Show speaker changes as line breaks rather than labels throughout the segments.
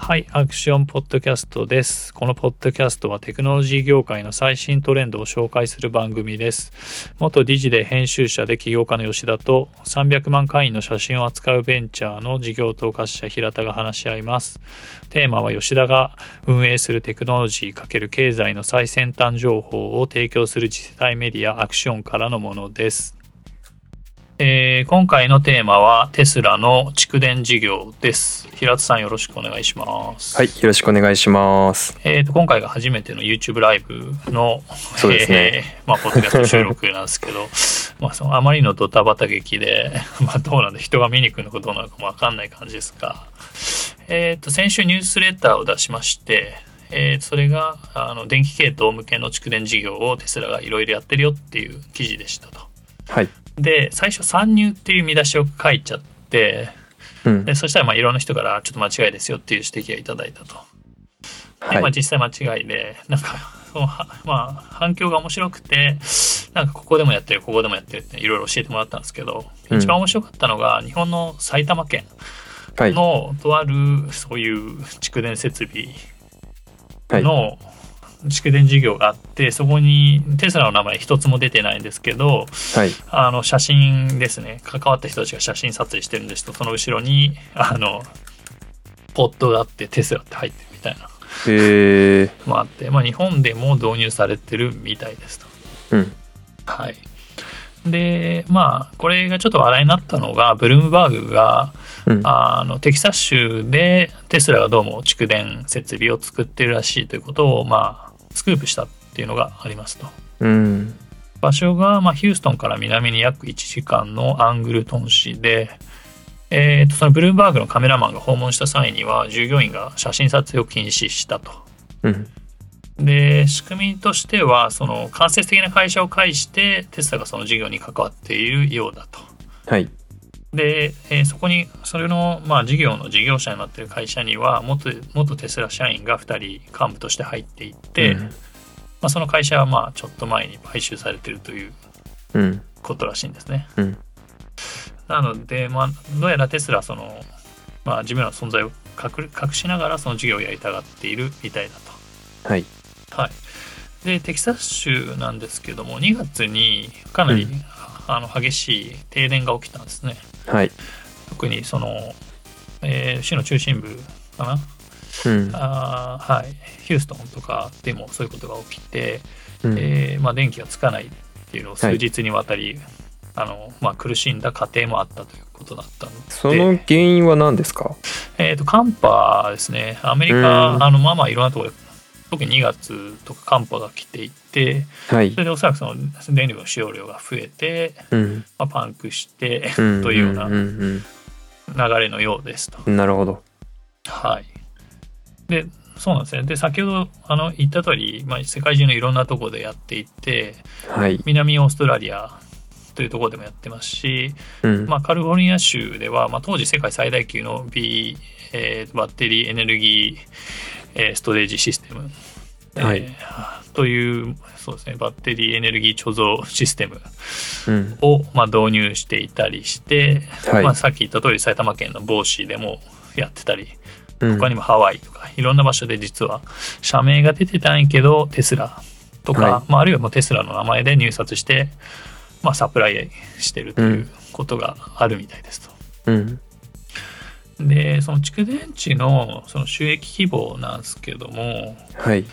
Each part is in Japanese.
はい、アクションポッドキャストです。このポッドキャストはテクノロジー業界の最新トレンドを紹介する番組です。元理事で編集者で起業家の吉田と300万会員の写真を扱うベンチャーの事業統括者平田が話し合います。テーマは吉田が運営するテクノロジー×経済の最先端情報を提供する次世代メディアアクションからのものです。えー、今回のテーマはテスラの蓄電事業です。平田さんよろしくお願いします。
はい、よろしくお願いします。
えっ、ー、と今回が初めての YouTube ライブの
そうですね、
えー、まあポッドキャスト収録なんですけど、 まあそのあまりのドタバタ劇で、 まあどうなんで人が見に来るのかどうなのかもわかんない感じですが、えっ、ー、と先週ニュースレターを出しまして。えー、それがあの電気系統向けの蓄電事業をテスラがいろいろやってるよっていう記事でしたと。
はい、
で最初参入っていう見出しを書いちゃって、うん、でそしたらまあいろんな人からちょっと間違いですよっていう指摘がいただいたと。はい、でまあ、実際間違いでなんかそのは、まあ、反響が面白くてなんかここでもやってるここでもやってるっていろいろ教えてもらったんですけど、うん、一番面白かったのが日本の埼玉県のとあるそういう蓄電設備の、蓄電事業があってそこにテスラの名前一つも出てないんですけど、
はい、
あの写真ですね関わった人たちが写真撮影してるんですけどその後ろにあのポットがあってテスラって入ってるみたいな
へえ
まああって、まあ、日本でも導入されてるみたいですと、
うん、
はいでまあこれがちょっと話題になったのがブルームバーグが、うん、あのテキサス州でテスラがどうも蓄電設備を作ってるらしいということをまあスクープしたっていうのがありますと。
うん、
場所が、まあ、ヒューストンから南に約1時間のアングルトン市で、えー、とそのブルームバーグのカメラマンが訪問した際には従業員が写真撮影を禁止したと。
うん
で仕組みとしてはその間接的な会社を介してテスラがその事業に関わっているようだと。
はい、
で、えー、そこにそれの、まあ、事業の事業者になってる会社には元元テスラ社員が2人幹部として入っていって、うん、まあ、その会社はまあちょっと前に買収されてるということらしいんですね。
うん、うん、
なので、まあ、どうやらテスラその、まあ、自分らの存在を隠隠しながらその事業をやりたがっているみたいだ
と。はい
はい、でテキサス州なんですけども2月にかなり、うん、あの激しい停電が起きたんですね、
はい、
特にその、えー、市の中心部かな、
うん、
あはい、ヒューストンとかでもそういうことが起きて、うん、えー、まあ、電気がつかないっていうのを数日にわたり、はい、あのまあ、苦しんだ家庭もあったということだったので
その原因は何ですか、
えーと、と寒波ですねアメリカ、うん、あのまあまあいろんなところ特に2月とか寒波が来ていて、
はい、
それでおそらくその電力の使用量が増えて、
うん
まあ、パンクしてというような流れのようですと。
なるほど。
はい、でそうなんですねで先ほどあの言った通り、まあ、世界中のいろんなとこでやっていて、
はい、
南オーストラリアというところでもやってますし、
うん、
まあ、カリフォルニア州では、まあ、当時世界最大級の B、えー、バッテリーエネルギーえストレージシステム、
はい、え
ー、というそうです、ね、バッテリーエネルギー貯蔵システムを、うん、まあ、導入していたりして、
はい、
まあ、さっき言った通り埼玉県の某市でもやってたり、うん、他にもハワイとかいろんな場所で実は社名が出てたんやけどテスラとか、はい、まあ、あるいはもうテスラの名前で入札して、まあ、サプライしてるということがあるみたいですと。
うん
でその蓄電池のその収益規模なんですけども、
はい、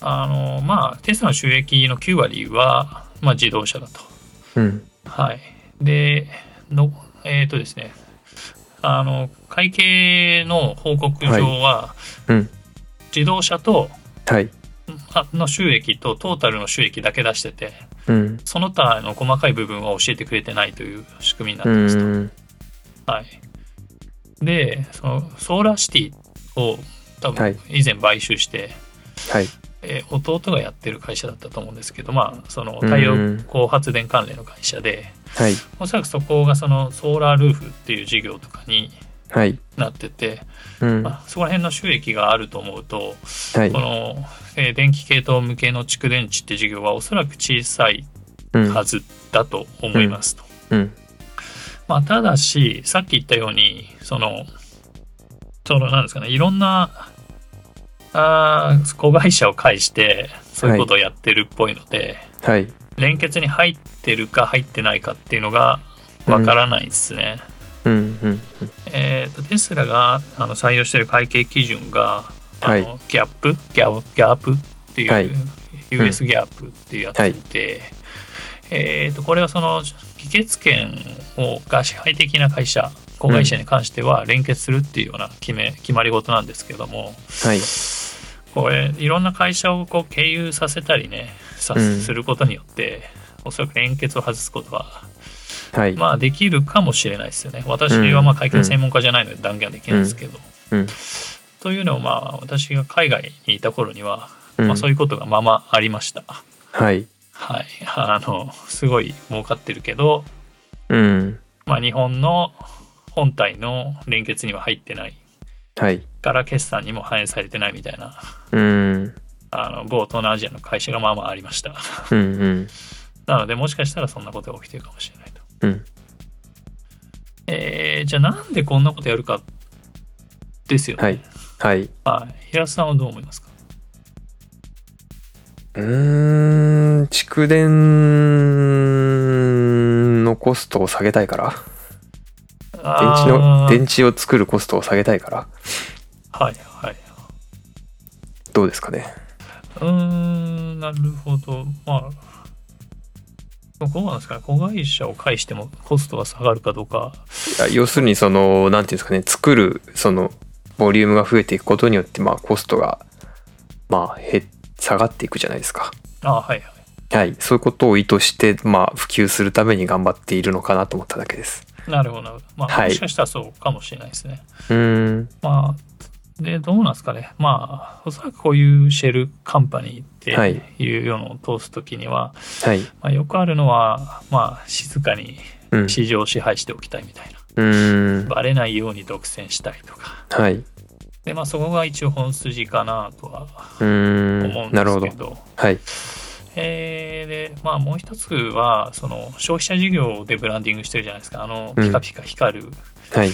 あのまあテスラの収益の9割は、まあ、自動車だと。
うん
はい、でのえっ、ー、とですねあの会計の報告上は、
はいうん、
自動車と、
はい、
の収益とトータルの収益だけ出してて、
うん、
その他の細かい部分は教えてくれてないという仕組みになってますと。うん、はいでそのソーラーシティを多分以前買収して、
はい、
えー、弟がやってる会社だったと思うんですけど、まあ、その太陽光発電関連の会社で、
はい、
おそらくそこがそのソーラールーフっていう事業とかになってて、
はいうん、
まあ、そこら辺の収益があると思うと、
はい、
この、えー、電気系統向けの蓄電池って事業はおそらく小さいはずだと思いますと。
うんうん
まあ、ただしさっき言ったようにそのそのなんですかねいろんなあー子会社を介してそういうことをやってるっぽいので、
はい。
連結に入ってるか入ってないかっていうのがわからないですね。
うんうん
えーとテスラがあの採用している会計基準があの、
はい
ギャップギャギャップっていう、
はい
US ギャップっていうやつで、えー、とこれはその議決権をが支配的な会社子会社に関しては連結するっていうような決め決まり事なんですけども
はい。
これいろんな会社をこう経由させたりねさ
うん
することによって、おそらく連結を外すことは
はい。
まあできるかもしれないですよね。私はまあ会計の専門家じゃないので断言はできないですけど。
うん
というのをまあ私が海外にいた頃には、
うん
まあ、そういうことがままありました。
はい。
はい。あの、すごい儲かってるけど、
うん。
まあ日本の本体の連結には入ってない
はい。
から決算にも反映されてないみたいな、
うん。
あの、某東南アジアの会社がまあまあありました。
うんうん。
なのでもしかしたらそんなことが起きてるかもしれないと。
うん。
えー、じゃあなんでこんなことやるかですよね。
はい。はい。
はい。平田さんはどう思いますか
うーん、蓄電のコストを下げたいから。電池
あ
の、
ー
電池を作るコストを下げたいから。
はいはい。
どうですかね。
うーん、なるほど。まあ、どうなんですかね。子会社を介してもコストが下がるかどうか。
いや要するに、その、なんていうんですかね、作る、その、ボリュームが増えていくことによって、まあ、コストが、まあ、へ下がっていくじゃないですか。
ああはいはい。
はい。そういうことを意図して、まあ、普及するために頑張っているのかなと思っただけです。
なるほどなるほど。まあ、
はい
もしかしたらそうかもしれないですね。
うーん。
まあ、で、どうなんですかね。まあ、おそらくこういうシェルカンパニーって
はい
いうようなのを通すときには、
はい。
まあ、よくあるのは、まあ、静かに
うん。う
市場を支配しておきたいみたいな。
ーん。
バレないように独占したいとか。
はい。う
で、まあ、そこが一応本筋かなとは
ー
思うん
ん。なるほど
ですけ。ど。
はい。
えーで、まあ、もう一つは、その、消費者事業でブランディングしてるじゃないですか。あの、
うん
ピカピカ光る、
はい。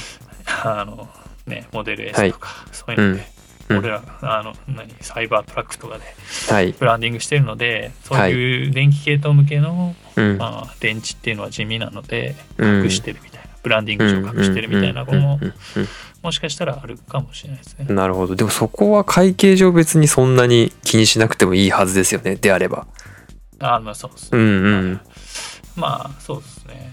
あの、ね、モデル S とか、そういうので、
うんうん
俺ら、あの、何、サイバートラックとかで
はい。
ブランディングしてるので、そういう電気系統向けの、
うん。
まあ、電池っていうのは地味なので、
うん
隠してるみたいな、ブランディング上隠してるみたいなことも
うん、うんうん
もしかしたらあるかもしれないですね
う。んなるほどでもそこは会計上別にそんなに気にしなくてもいいはずですよねであれば
あまあ、そうです
う
ね。
んうん
まあ、そうですね。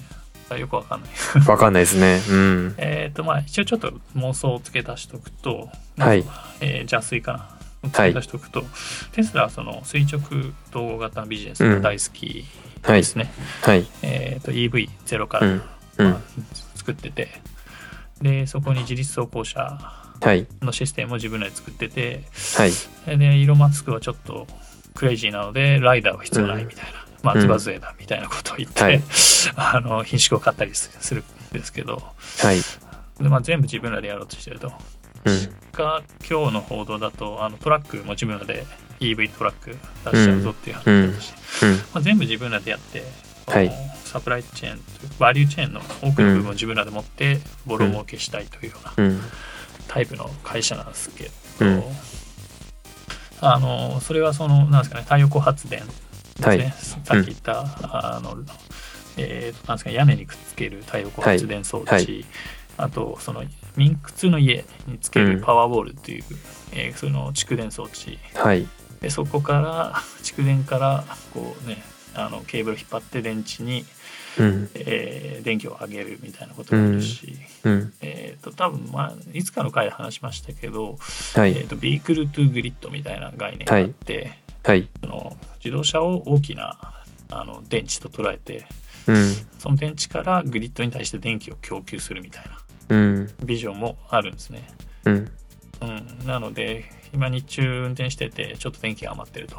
よくわかんない。
わかんないですねうん
えっ、と、まあ、一応ちょっと妄想を付け足しとくと、
はい
えー邪推かな。
は
付
い
け足しとくと、テスラはその垂直統合型ビジネスが大好き
は
で
い
すね。
はい
えっ、と、EV0 か
う
ら、
んうん
まあ作ってて、で、そこに自立走行車
はい
のシステムを自分らで作ってて、
はい
で、イーロン・マスクはちょっとクレイジーなので、ライダーは必要ないみたいな、まあ、
うん
ズバズエだみたいなことを言って、
はい
あの、品種を買ったりすするんですけど、
はい
でまあ、全部自分らでやろうとしてると。
うん
が今日の報道だとあのトラックも自分らで EV トラック出しちゃうぞっていう話だったし、
うん
まあ、全部自分らでやって、
はい
このサプライチェーンというバリューチェーンの多くの部分を自分らで持ってボロ儲けしたいというような
うん
タイプの会社なんですけど、
うん
あのそれはそのなんですかね太陽光発電ですね、
はい
さっき言った、あのえーとなんですか屋根にくっつける太陽光発電装置、
はいは
あとその民普通の家につけ
う
る
ん
パワーボールっていう、えーその蓄電装置
はい
でそこから蓄電からこうねあのケーブルを引っ張って電池に、
うん
えー電気を上げるみたいなこともあるし、
うん
えー、と多分、まあ、いつかの回で話しましたけど、
は
えー、
い
とビークルトゥグリッドみたいな概念があって、
はい
その自動車を大きなあの電池と捉えて
うん
その電池からグリッドに対して電気を供給するみたいな
うん
ビジョンもあるんですね。
うん
うん、なので今日中運転しててちょっと電気が余ってると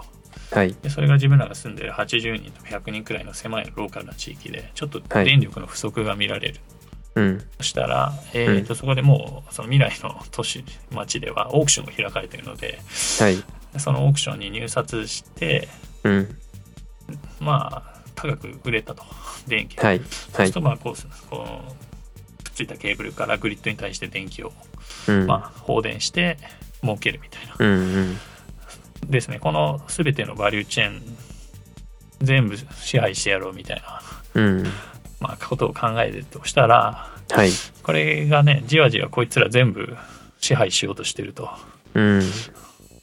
はい
でそれが自分らが住んでる80人とか100人くらいの狭いローカルな地域でちょっと
はい
電力の不足が見られる、
うん
そしたら、えーとそこでもうその未来の 都市町ではオークションが開かれてるので
はい
そのオークションに入札して
うん
まあ高く売れたと電気が
はいは
そうす
い
るとまあこうすこう普っついたケーブルからグリッドに対して電気を、
うん
まあ、放電して儲けるみたいな
うんうん
ですねこの全てのバリューチェーン全部支配してやろうみたいな、
うん
まあ、ことを考えてるとしたら
はい
これがねじわじわこいつら全部支配しようとしてると
うん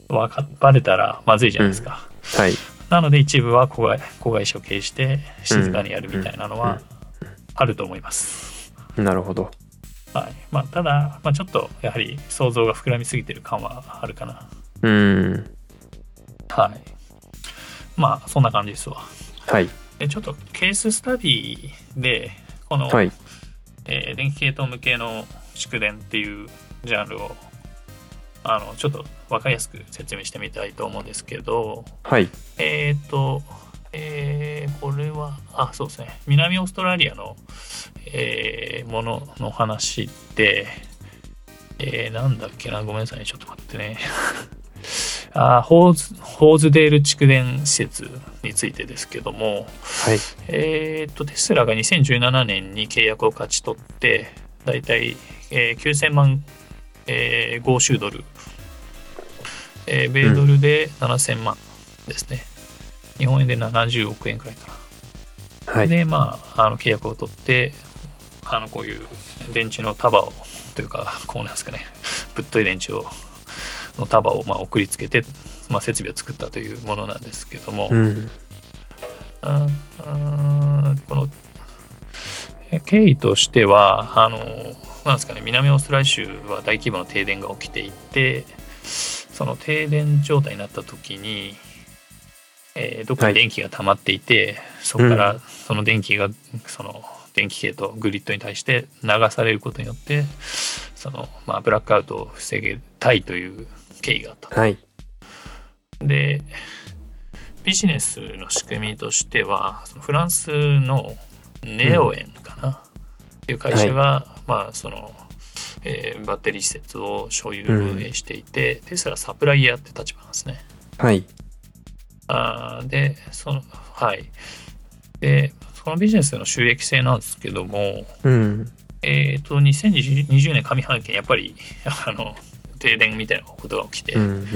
わかバレたらまずいじゃないですか、
はい
なので一部は子会子会社を経営して静かにやるみたいなのはあると思います。
なるほど
はいまあ、ただ、まあ、ちょっとやはり想像が膨らみすぎてる感はあるかな。
うん
はい。まあそんな感じですわ。
はい
でちょっとケーススタディでこの、
はい
えー電気系統向けの祝電っていうジャンルをあのちょっと分かりやすく説明してみたいと思うんですけど、
はい
えっ、と、えーこれは、あ、そうですね、南オーストラリアの、えーものの話で、えーなんだっけな、ごめんなさいね、ちょっと待ってね。 あーホーズホーズデール蓄電施設についてですけども、
はい
えー、とテスラが2017年に契約を勝ち取って大体、えー9000万、えー、豪州ドル、えー米ドルで7000万ですね、日本円で70億円くらいかな、
はい
でまああの契約を取ってあのこういう電池の束をというかこうなんですかねぶっとい電池をの束をまあ送りつけて、まあ、設備を作ったというものなんですけども、
うん
ああこのえ経緯としてはあのなんですかね南オーストラリア州は大規模な停電が起きていてその停電状態になった時に、えーどこ
は
に
い
電気が溜まっていて、そこからその電気が、その電気系とグリッドに対して流されることによってその、まあ、ブラックアウトを防げたいという経緯があったと
はい
でビジネスの仕組みとしてはそのフランスのネオエンかな、っていう会社が、まあそのえーバッテリー施設を所有
うん
運営していて、テスラサプライヤーって立場なんですね。
はい
あーでそのはいでそのビジネスの収益性なんですけども、
うん
えー、と2020年上半期にやっぱりあの停電みたいなことが起きて、
うんうん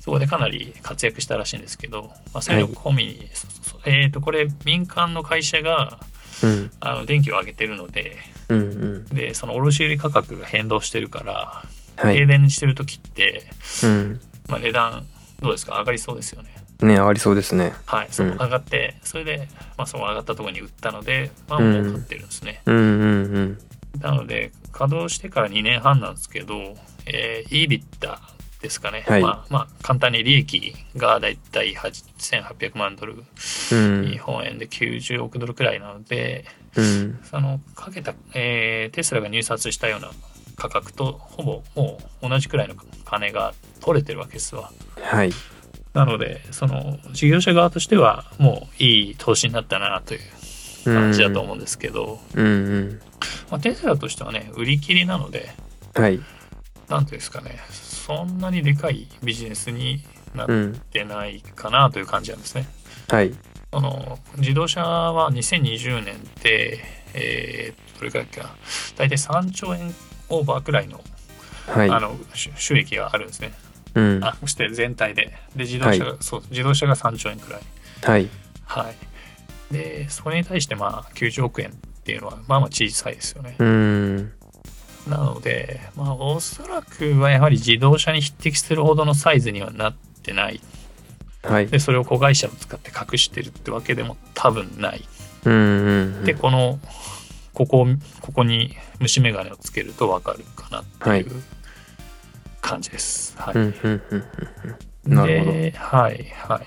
そこでかなり活躍したらしいんですけど、まあ、戦力込みに、そうそうそうえっ、と、これ、民間の会社が
うん
あの電気を上げてるので、
うんうん
で、その卸売価格が変動してるから、
は
停
い
電してる時って、
うん
まあ、値段、どうですか、上がりそうですよね。
ね上がりそうですね
はい、その
うん
上がって、それで、まあ、その上がったところに売ったので、まあ、
うん
儲かってるんですね。
うんうんうん
なので、稼働してから2年半なんですけど、えー、EBITDA ですかね、
はい
まあ、まあ、簡単に利益がだいたい1800万ドル。
うん
日本円で90億ドルくらいなので、
うん
そのかけた、えーテスラが入札したような価格とほぼもう同じくらいの金が取れてるわけですわ。
はい
なので、その事業者側としてはもういい投資になったなという感じだと思うんですけど、
うんうん
まあ、テスラとしてはね、売り切りなので、
はい
なんていうんですかね、そんなにでかいビジネスになっ
うん
てないかなという感じなんですね。
はい
あの自動車は2020年で、えーどれくらいか大体3兆円オーバーくらいの,、
はい
あのし収益があるんですね。
うん
あそして全体でで自動車が、そう自動車が3兆円くらい。
はい
はい、でそれに対してまあ90億円っていうのはまあまあ小さいですよね。
うん
なので、まあ、おそらくはやはり自動車に匹敵するほどのサイズにはなってない。
はい
でそれを子会社を使って隠してるってわけでも多分ない。
うんうん
でこのここここに虫眼鏡をつけるとわかるかなっていう感じです。はい
うんうんうんうんなるほど
ではいはいはい。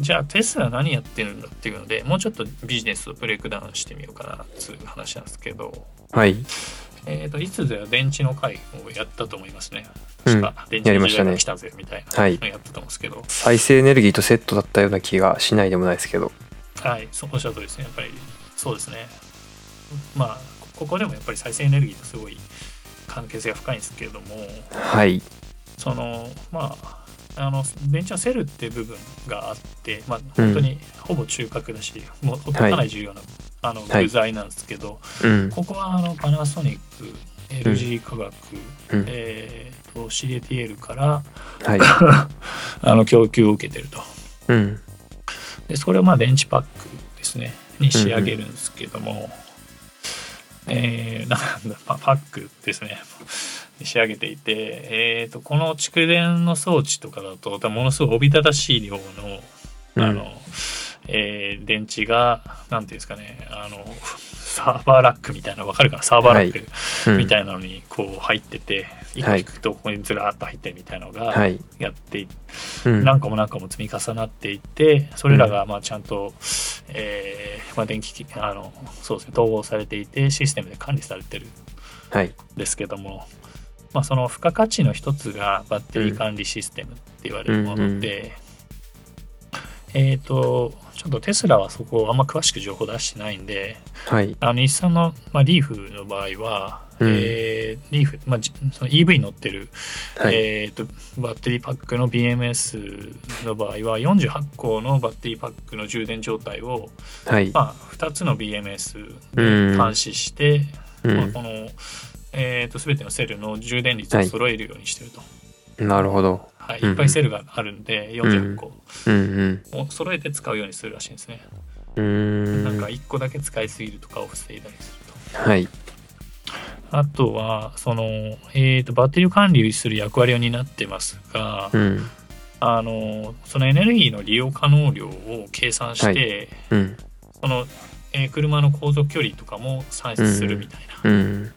じゃあテスラ何やってるんだっていうのでもうちょっとビジネスをブレイクダウンしてみようかなっていう話なんですけど、
はい
えー、といつぞや電池の回をやったと思いますね。確か、電池
やり
の
ま
時
し
代
たね
が来たぜみたい
はい
なのやったと思うんですけど、
再生エネルギーとセットだったような気がしないでもないですけど
はい、そうおっしゃる通りですね、やっぱりそうですね。まあ、ここでもやっぱり再生エネルギーとすごい関係性が深いんですけれども、
はい
その、まあ、あの電池のセルっていう部分があって、まあ、本当にほぼ中核だし、もうほっとかない重要なあの
はい
具材なんですけど、
うん
ここはあのパナソニック LG 化学、
うん
えーと CATL から
はい
あの供給を受けてると
うん
でそれをまあ電池パックですねに仕上げるんですけども、えーなんだパパックですね に仕上げていて、えー、とこの蓄電の装置とかだと多分ものすごいおびただしい量の
うん
あの、えー電池がなんていうんですかねあのサーバーラックみたいなわかるかなサーバーラック、
うん
みたいなのにこう入ってて一個
はい
引くとここにずらーっと入ってるみたいなの
は
が
い
やっていって、
うん
何個も何個も積み重なっていってそれらがまあちゃんと、えーまあ、電気機あのそうですね統合されていてシステムで管理されてるん
はい
ですけども、まあ、その付加価値の一つがバッテリー管理システムって言われるもので、えっ、とちょっとテスラはそこをあんま詳しく情報出してないんで
はい
あの日産の、まあ、リーフの場合は、
うん
えーリーフ、まあ、じその EV 乗ってる、
はい
えーとバッテリーパックの BMS の場合は48個のバッテリーパックの充電状態を、
はい
まあ、2つの BMS
うん
で監視して、
う
まあ、
ん
この、えー、と全てのセルの充電率を揃えるようにしてると、
なるほど
はい
うんうん
いっぱいセルがあるんで48個
うん
を揃えて使うようにするらしいんですね、
うんう
なん
ー
か
ん
1個だけ使いすぎるとかを防いだりすると。
はい
あとは、その、えっ、と、バッテリーを管理する役割を担ってますが、
うん
あの、そのエネルギーの利用可能量を計算して、
はうん
その、えー車の航続距離とかも算出するみたいな、
うん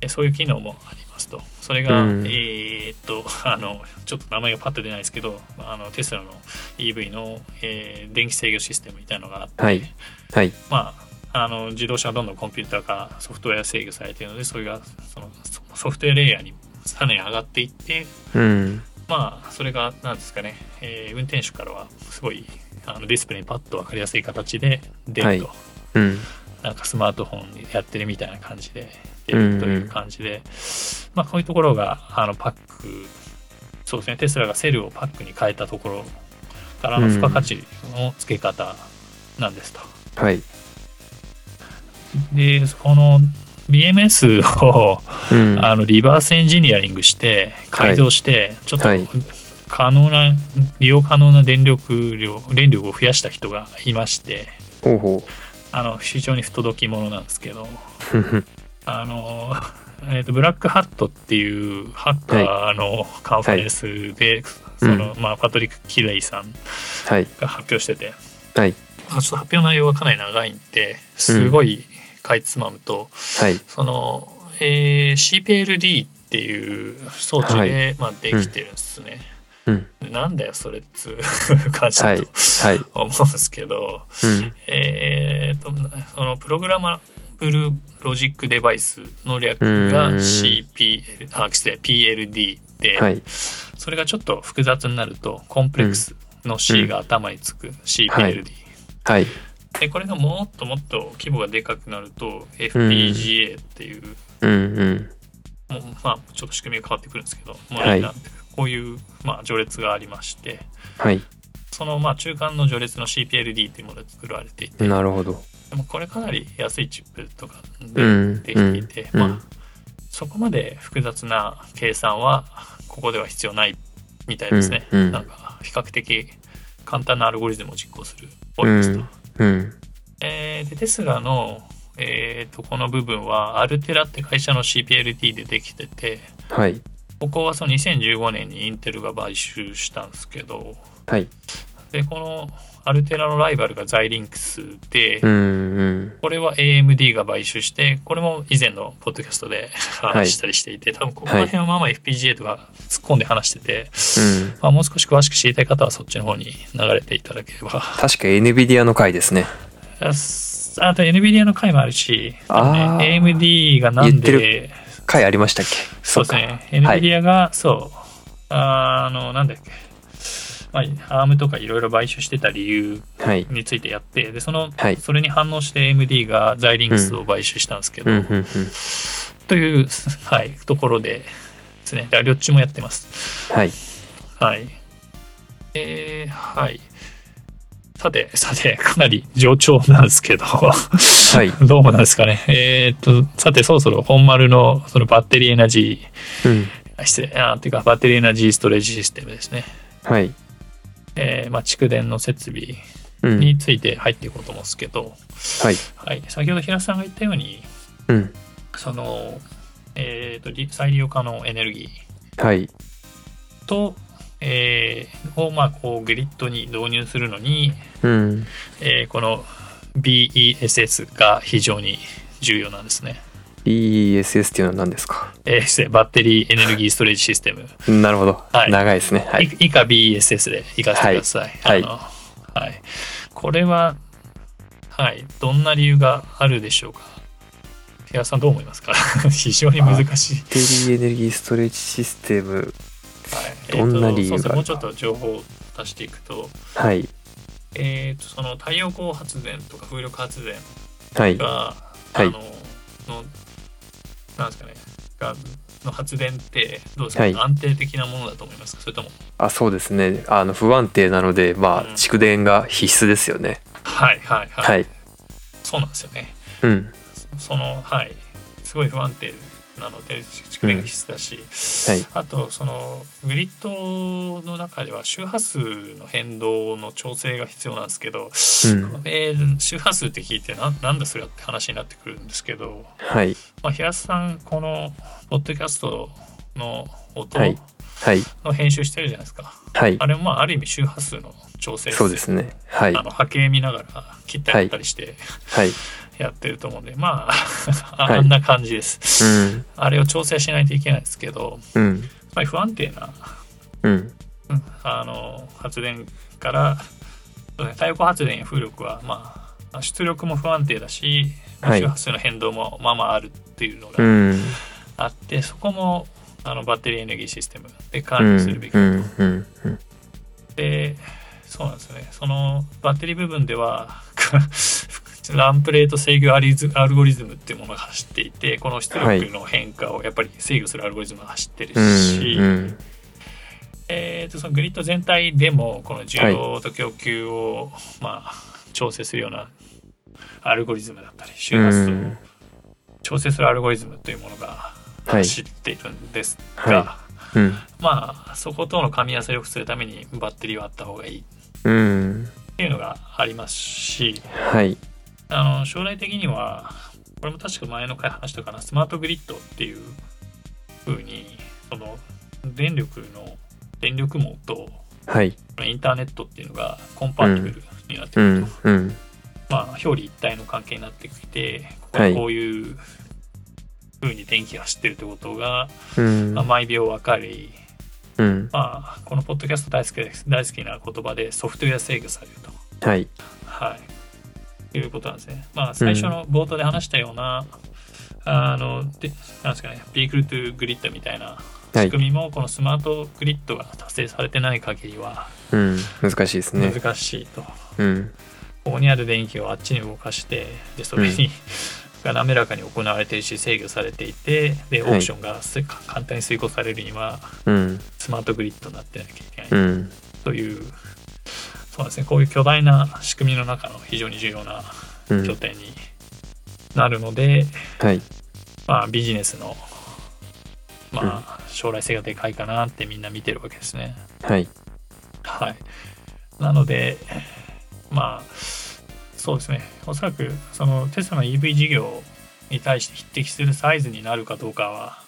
えそういう機能もありますと。それが、
うん
えーっと、 あの、ちょっと名前がパッと出ないですけど、あの、テスラの EV の、えー電気制御システムみたいなのがあって、
はいはい
まあ、あの自動車はどんどんコンピューター化ソフトウェア制御されているのでそれがそのソソフトウェアレイヤーにさらに上がっていって
うん
まあそれが何ですかね、えー運転手からはすごいあのディスプレイにパッと分かりやすい形で出ると、
うん
なんかスマートフォンでやってるみたいな感じで出
うんうん
るという感じで、まあこういうところがあのパックそうですねテスラがセルをパックに変えたところからの付加価値の付け方なんですと。
はい
でこの BMS を
うん
あのリバースエンジニアリングして改造して、ちょっと
はい
可能な利用可能な電力量電力を増やした人がいまして
ほうほ
あの非常に不届き者なんですけど
う ふふ
あの、えー、とブラックハットっていうハッカーのカンファレンスで、そのまあ、パトリック・キレイさん
はい
が発表してて
はい
あちょっと発表の内容がかなり長いんですごいかいつまむと。
はい
その、えー CPLD っていう装置で、
はい
まあ、できてるんですね。
うん
なんだよそれっつう 感じだ
はい
と
はい
思うんですけど、
うん
えーとそのプログラマブルロジックデバイスの略が
うん
CPL あ失礼 PLD で、
はい
それがちょっと複雑になるとコンプレックスの C が頭につく CPLD、
はい
でこれがもっともっと規模がでかくなると FPGA っていう、
うんうん
もうまあちょっと仕組みが変わってくるんですけど、まあ
はい
なんてこういう、まあ、序列がありまして
はい
そのまあ中間の序列の CPLD というもので作られていて
なるほど
でもこれかなり安いチップとか
う
で
ん
でき
う
てい
ん
て、
う
ま
ん
あ、そこまで複雑な計算はここでは必要ないみたいですね、
うんうん
なんか比較的簡単なアルゴリズムを実行するポイントですと、
うん
えーでテスラの、えーとこの部分はアルテラって会社の CPLD でできてて、
はい
ここはその2015年にインテルが買収したんですけど、
はい
で、このアルテラのライバルがザイリンクスで、
うんうん
これは AMD が買収して、これも以前のポッドキャストで
い
話したりしていて、多分ここら辺はまあまあ FPGA とか突っ込んで話してて、
うん
まあ、もう少し詳しく知りたい方はそっちの方に流れていただけれ ば。
確か NVIDIA の回ですね
あすあと NVIDIA の回もあるし、
あー
あのね AMD がなん
言って
で、
回ありましたっけ
そうですね。NVIDIA が、そう、あの、なんだっけ、まあ、ARM とかいろいろ買収してた理由
はい
についてやって、で、その、
はい
それに反応して AMD がザイリンクスを買収したんですけど、
うんうんうん
という、はい、ところでですね。だから、両ちもやってます。
はい
はい。えーはい。さて、さて、かなり冗長なんですけど、はい どうもなんですかね。えーっと、さて、そろそろ本丸のそのバッテリーエナジ
うん。
ー、あ失礼、あーっていうか、バッテリーエナジーストレージシステムですね。
はい。
えーまあ、蓄電の設備
うん。
について入っていこうと思うんですけど、
はい。
はい、先ほど平田さんが言ったように、
うん。
その、えーっとリ、再利用可能エネルギ
はい。
ーと、えーを、まあ、こう、グリッドに導入するのに、
うん。
えーこの BESS が非常に重要なんですね。
BESS っていうのは何ですか
えー失礼バッテリーエネルギーストレージシステム。
なるほど。
はい
長いですね。はい。
い以下 BESS でいかせてください。
はい
あのはいこれは、はい、どんな理由があるでしょうか平田さんどう思いますか 非常に難しい。
バッテリーエネルギーストレージシステム。
はい
どんな理由が
えーとそうですねもうちょっと情報を足していくと、
はい。
えー、とその太陽光発電とか風力発電
はい。
が、
はい
あの、の、なんですかね、がの発電って、どうですか、
はい
安定的なものだと思いますか、それとも、
あ、そうですね。あの、不安定なので、まあ
うん、
蓄電が必須ですよね。
はいはいはい、
はい。
そうなんですよね。
うん。
その、はい、すごい不安定なので、蓄電が必須だし、
はい
あと、その、グリッドの中では、周波数の変動の調整が必要なんですけど、
ん
えー周波数って聞いてな、なんだそれはって話になってくるんですけど、
はい。
まあ、平田さん、このポッドキャストの音
はいはい。
の編集してるじゃないですか。
はい
あ。れもまあある意味周波数の調整
そうですね。はい。
あの波形見ながら切ったりやったりして
はい。
やってると思うんで、まあ
はい
あんな感じです、
うん。
あれを調整しないといけないですけど、
うん。
まあ、不安定な
うん。
うんあの発電からそうね太陽光発電や風力はまあ出力も不安定だし
はい
周波数の変動もまあまああるっていうの
う
が
ん。
あって、そこもあのバッテリーエネルギーシステムで
う
管
ん。
理するべき
う
だと
ん。うん。うん
でそうなんですよねそのバッテリー部分では ランプレート制御アリズアルゴリズムっていうものが走っていてこの出力の変化をやっぱり制御するアルゴリズムが走ってるし、
うん。
えーとそのグリッド全体でもこの需要と供給を、まあ、調整するようなアルゴリズムだったり周波数を
うん
調整するアルゴリズムというものが
はい。
走っているんですが、
はうん。
まあそことの噛み合わせを良くするためにバッテリーはあった方がいい
うん。
っていうのがありますし
はい。
あの将来的にはこれも確か前の回話したかなスマートグリッドっていう風にその電力の電力網と
はい。
インターネットっていうのがコンパーティブルになってく
う
ると、
ん。うん。
まあ表裏一体の関係になってきてここでこういう風に電気が走ってるってことが、
うん
まあ。毎秒分かり
うん。
まあこのポッドキャスト大好きです大好きな言葉でソフトウェア制御されると
はい。
はい。いうことなんですね。まあ、最初の冒頭で話したような、あの、で、なんですかね、ビークルトゥグリッドみたいな
は
仕
い。
組みも、このスマートグリッドが達成されてない限りは
うん。難しいですね。
難しいと。
うん。
ここにある電気をあっちに動かして、で、それに、 が滑らかに行われているし制御されていてでオ
はい
ークションがす簡単に遂行されるには
うん。
スマートグリッドになってなきゃいけない
うん。
という、そうですねこういう巨大な仕組みの中の非常に重要な
う
拠
ん。
点になるので、
はい。
まあ、ビジネスの、まあ、将来性がでかいかなってみんな見てるわけですね。
はい。
はい、なのでまあそうですねおそらくそのテスラの EV 事業に対して匹敵するサイズになるかどうかは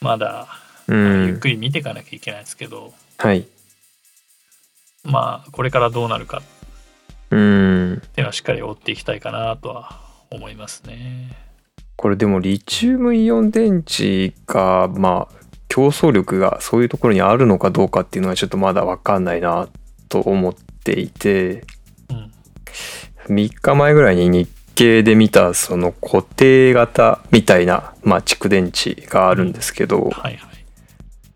まだ
う
ゆっ
ん。
くり見ていかなきゃいけないですけど、
はい。
まあこれからどうなるかって
うん。
いうのはしっかり追っていきたいかなとは思いますね。
これでもリチウムイオン電池がまあ競争力がそういうところにあるのかどうかっていうのはちょっとまだ分かんないなと思っていて
うん
3日前ぐらいに日経で見たその固定型みたいな、まあ、蓄電池があるんですけど
はいはい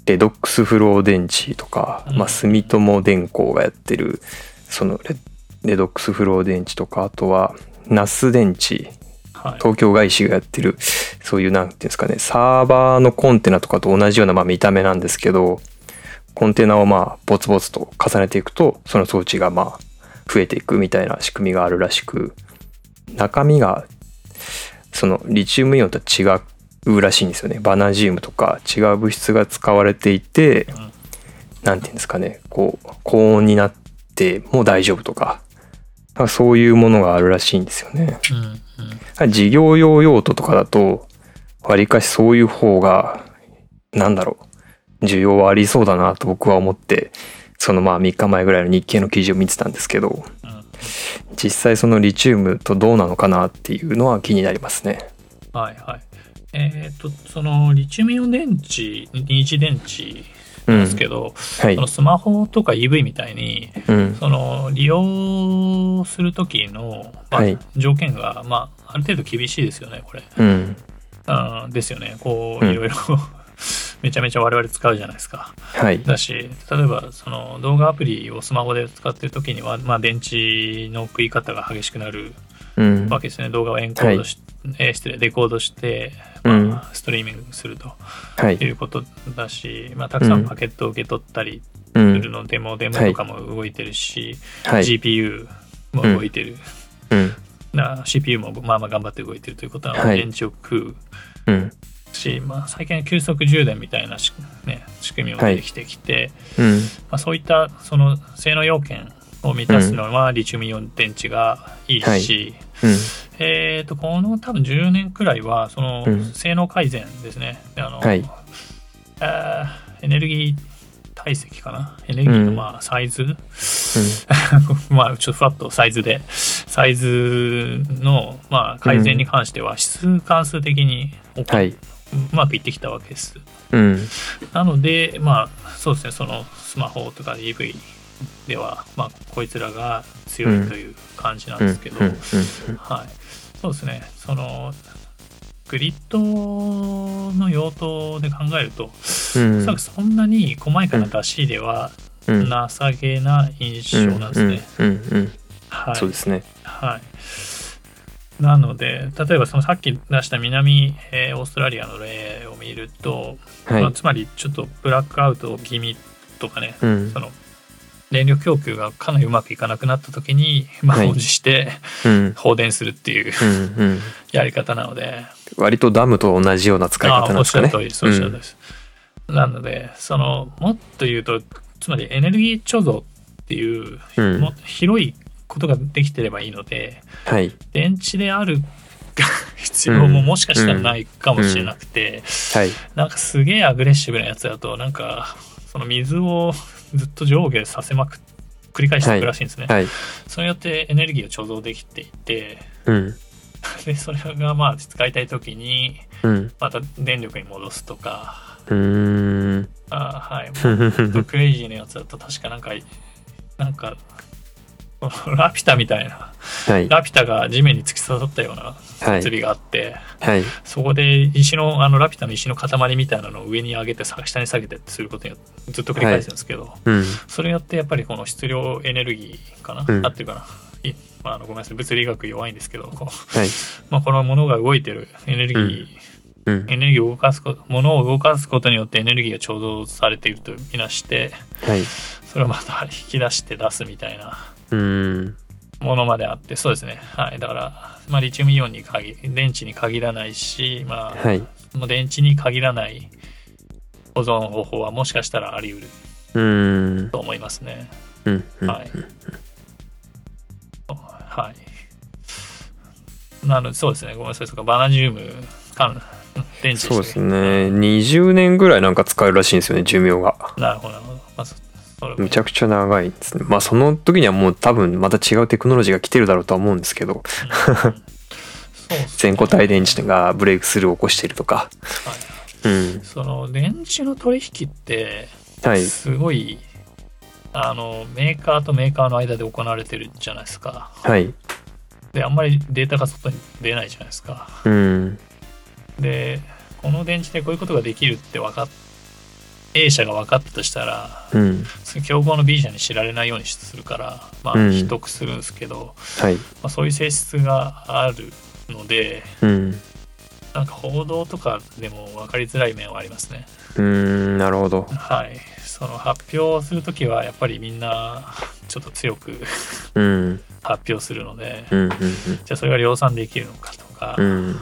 レドックスフロー電池とか、
うん
まあ、住友電工がやってるそのレレドックスフロー電池とかあとはナス電池
はい
東京外資がやってるそういうなんていうんですかねサーバーのコンテナとかと同じようなまあ見た目なんですけどコンテナをまあボツボツと重ねていくとその装置がまあ増えていくみたいな仕組みがあるらしく中身がそのリチウムイオンとは違うらしいんですよねバナジウムとか違う物質が使われていて
ん
何て言うんですかねこう高温になっても大丈夫とかなんかそういうものがあるらしいんですよね。
うんうん
事業用用途とかだとわりかしそういう方がなんだろう需要はありそうだなと僕は思ってそのまあ3日前ぐらいの日経の記事を見てたんですけど
うん
実際そのリチウムとどうなのかなっていうのは気になりますね。
はいはい。えっ、と、そのリチウムイオン電池、二次電池
うん、
ですけど、
はい
その、スマホとか EV みたいに、
うん、
その利用するときの、まあ
はい
条件が、まあ、ある程度厳しいですよね、これ。
うん、
あーですよね、こう、
うん
いろいろ。 めちゃめちゃ我々使うじゃないですか。
はい、
だし、例えばその動画アプリをスマホで使ってるときには、まあ、電池の食い方が激しくなる
うん、
わけですね。動画をエンコードし、えー失礼、デコードして、
うん
まあ、ストリーミングすると
はいい、
うことだし、まあ、たくさん
うん
パケットを受け取ったりす
う
る
ん、
ので、もうデモとかも動いてるし、
はい、
GPU も動いてる、
うん、
な CPU もまあまあ頑張って動いてるということは、
はい
電池を食う
うん、
し、まあ、最近は急速充電みたいなし、ね、仕組みも
はい
出てきてきて、
うん、
まあ、そういったその性能要件を満たすのはリチウムイオン電池がいいし、
はいうん、
えー、とこの多分10年くらいはその
うん
性能改善ですね、であの
はい
あーエネルギー体積かなエネルギーの
うん
まあサイズ、 まあちょっとふわっとサイズでサイズのまあ改善に関しては指数関数的におか
はい、
うまくいってきたわけです
うん、
なのでまあそうですねそのスマホとか EV ではまあこいつらが強いという感じなん
うん、う
で
ん
すけど、、
うん
はい、そうですね、そのグリッドの用途で考えると、
うん、
おそらくそんなに細やかな出し入れは
うん、
なさげな印象なんですね。
うん、うん、うん、
は
そう
い
ですね。
はいなので、例えばそのさっき出した南、えーオーストラリアの例を見ると、
は
まあ、
い、
つまりちょっとブラックアウト気味とかね、
うん
そ、の電力供給がかなりうまくいかなくなった時に満を持して
うん、
放電するっていう
うん、うん。
やり方なので、
割とダムと同じような使い方なんですかね。
ああおっしゃる通り、おっしゃる通りです。なので、その、もっと言うと、つまりエネルギー貯蔵っていう、
うん
もっと広いことができてればいいので、
うんはい、
電池である が必要も
うん
もしかしたらないかもしれなくて、
はい、
なんかすげえアグレッシブなやつだと、なんか、その水をずっと上下させまく繰り返していくらしいんですね。
はい、
それによってエネルギーを貯蔵できていて、
うん、
でそれがまあ使いたい時に
うん、
また電力に戻すとか
うーん、
あーはい。も
う
うんちょっとクレイジーなやつだと確かなんか、なんか、このラピュタみたいな、
はい、
ラピュタが地面に突き刺さったような
はい、
釣りがあって、
はい、
そこで石の、あのラピュタの石の塊みたいなのを上に上げて、下に下げてってすることによってずっと繰り返すんですけど、
うん、
それによってやっぱりこの質量エネルギーかな、
うん
合ってるかな。いまあ、あのごめんなさい物理学弱いんですけどこう、
はい、
まあ、このものが動いてるエネルギー、
うん、
エネルギーを動かすことものを動かすことによってエネルギーが貯蔵されているとみなして
はい、
それをまた引き出して出すみたいな
うーん、
ものまであってそうですねはいだから、まあ、リチウムイオンに限電池に限らないし、まあ
はい、
もう電池に限らない保存方法はもしかしたらあり得る
うーん、
と思いますね
うん、うん
はいはいなのでそうですねごめんなさいそうかバナジウム関電池したっけ
そうですね。20年ぐらいなんか使えるらしいんですよね、寿命が。
なるほどなるほど、まあ、そそれも
めちゃくちゃ長いですね。まあその時にはもう多分また違うテクノロジーが来てるだろうとは思うんですけど、
うんそうっすね
全固体電池がブレイクスルーを起こしているとか。
はい
うん、
その電池の取引って
はい、
すごい、あのメーカーとメーカーの間で行われてるじゃないですか
はい、
であんまりデータが外に出ないじゃないですか
うん、
でこの電池でこういうことができるって分かっ A 社が分かったとしたら
うん、
その競合の B 社に知られないようにするからまあ
うん
秘匿するんですけど、
はい、
まあ、そういう性質があるので
うん、
なんか報道とかでも分かりづらい面はありますね。
うーんなるほど
はい。その発表するときはやっぱりみんなちょっと強く
うん
発表するので、
うんうん
じゃあそれが量産できるのかとか、
う
うん
ん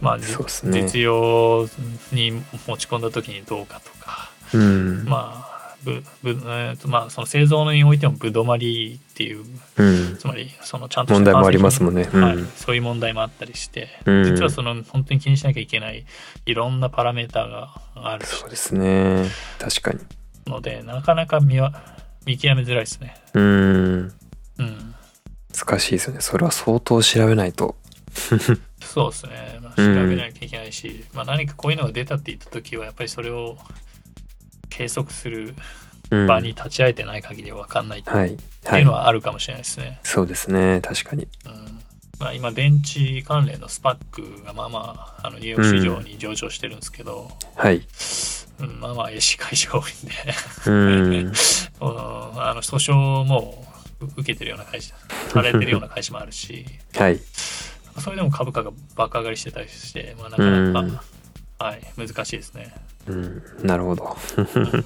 まあ、
そうっすね
実用に持ち込んだときにどうかとか、
うん
まあ、ぶぶえーとまあ、その製造においてもぶどまりっていう
うん
つまりそのちゃんとした
問題もありますもんねうん
はい、そういう問題もあったりして、
うん
実はその本当に気にしなきゃいけないいろんなパラメーターがある
そうですね確かに
のでなかなか見わ見極めづらいですね。
うん
うん、
難しいですよねそれは相当調べないと
そうですね、まあ、調
うん
べなきゃいけないし、まあ、何かこういうのが出たって言った時はやっぱりそれを計測する
うん
場に立ち会えてない限り分かんないって
はいはいいう
のはあるかもしれないですね。
そうですね確かに
うんまあ、今電池関連のスパックがまあまああのニューヨーク市場に上場してるんですけど、
はい
うん、まあまあ、絵師会社が多いんで、
うん
うんあの訴訟も受けてるような会社、されてるような会社もある し、
はい
それでも株価が爆上がりしてたりして、まあ、なかなか、
うん
はい、難しいですね。
うんなるほど
うん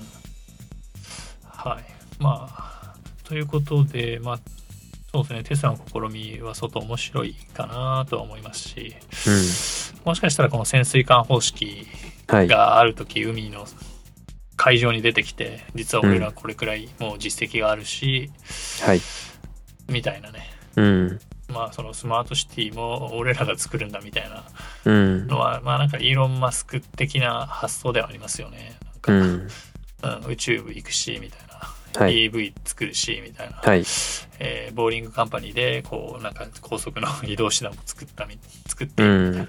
はい。まあ、ということで、まあ、そうですね、テスラの試みは相当面白いかなとは思いますし、
う
もしかしたらこの潜水艦方式
んはい
がある時海の海上に出てきて実は俺らこれくらいもう実績があるし、
はい
みたいなね
うん
まあそのスマートシティも俺らが作るんだみたいな
うん
のはまあなんかイーロン・マスク的な発想ではありますよねなん
う
か、う
ん
ん宇宙部行くしみたいな、
はい
EV 作るしみたいな、
はい
えーボーリングカンパニーでこうなんか高速の移動手段も作ったみ 作って
う
いるみたい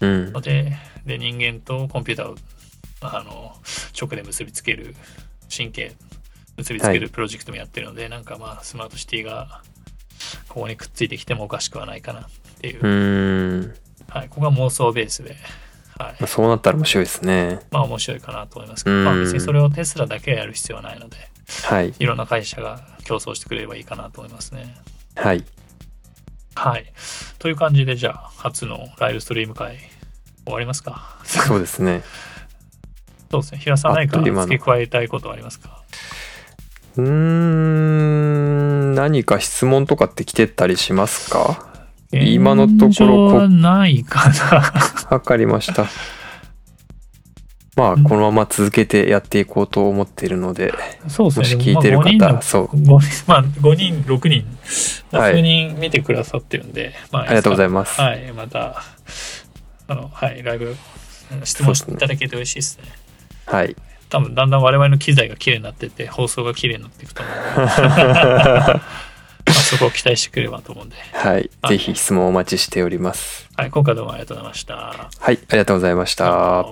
なん
うん
のでで人間とコンピューターをあの直で結びつける神経結びつけ
は
るプロジェクトもやってるので、なんかまあスマートシティがここにくっついてきてもおかしくはないかなっていう、
うん
はい、ここが妄想ベースで、はい
まあ、そうなったら面白いですね
まあ面白いかなと思いますけど、
うん
まあ、別にそれをテスラだけはやる必要はないので
はい
いろんな会社が競争してくれればいいかなと思いますね。
はい
はい、という感じでじゃあ初のライブストリーム会終わりますか
そうですね
そうですね。平さん
あっ
何
と
か
いう間の
付け加えたいことはありますか
うーん何か質問とかって来てたりしますか今のところこ
現状はないかな。
わかりましたまあこのまま続けてやっていこうと思っているので
そうです
も
ね。
し聞いてる
でもまあ
方そう
5人の5人まあ、5人、6人、
はい
数人見てくださってるんで、まあ、
ありがとうござい
ま
ます
はい、また、あの、はい、ライブ、質問していただけて嬉しいですね。
はい
多分、だんだん我々の機材が綺麗になってって、放送が綺麗になっていくと思うので、まあ、そこを期待してくれればと思うんで、
はい
あ
ぜひ質問お待ちしております
はい、今回どうもありがとうございました。
はいありがとうございました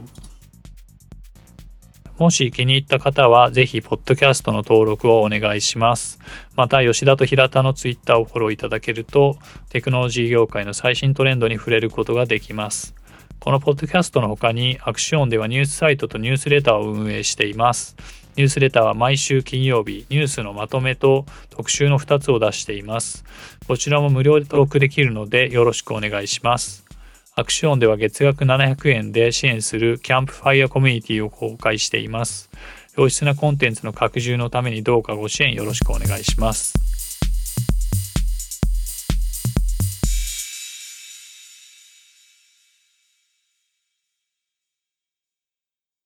もし気に入った方は、ぜひ、ポッドキャストの登録をお願いします。また、吉田と平田のツイッターをフォローいただけると、テクノロジー業界の最新トレンドに触れることができます。このポッドキャストの他に、アクシオンではニュースサイトとニュースレターを運営しています。ニュースレターは毎週金曜日、ニュースのまとめと特集の2つを出しています。こちらも無料で登録できるので、よろしくお願いします。アクションでは月額700円で支援するキャンプファイヤーコミュニティを公開しています。良質なコンテンツの拡充のためにどうかご支援よろしくお願いします。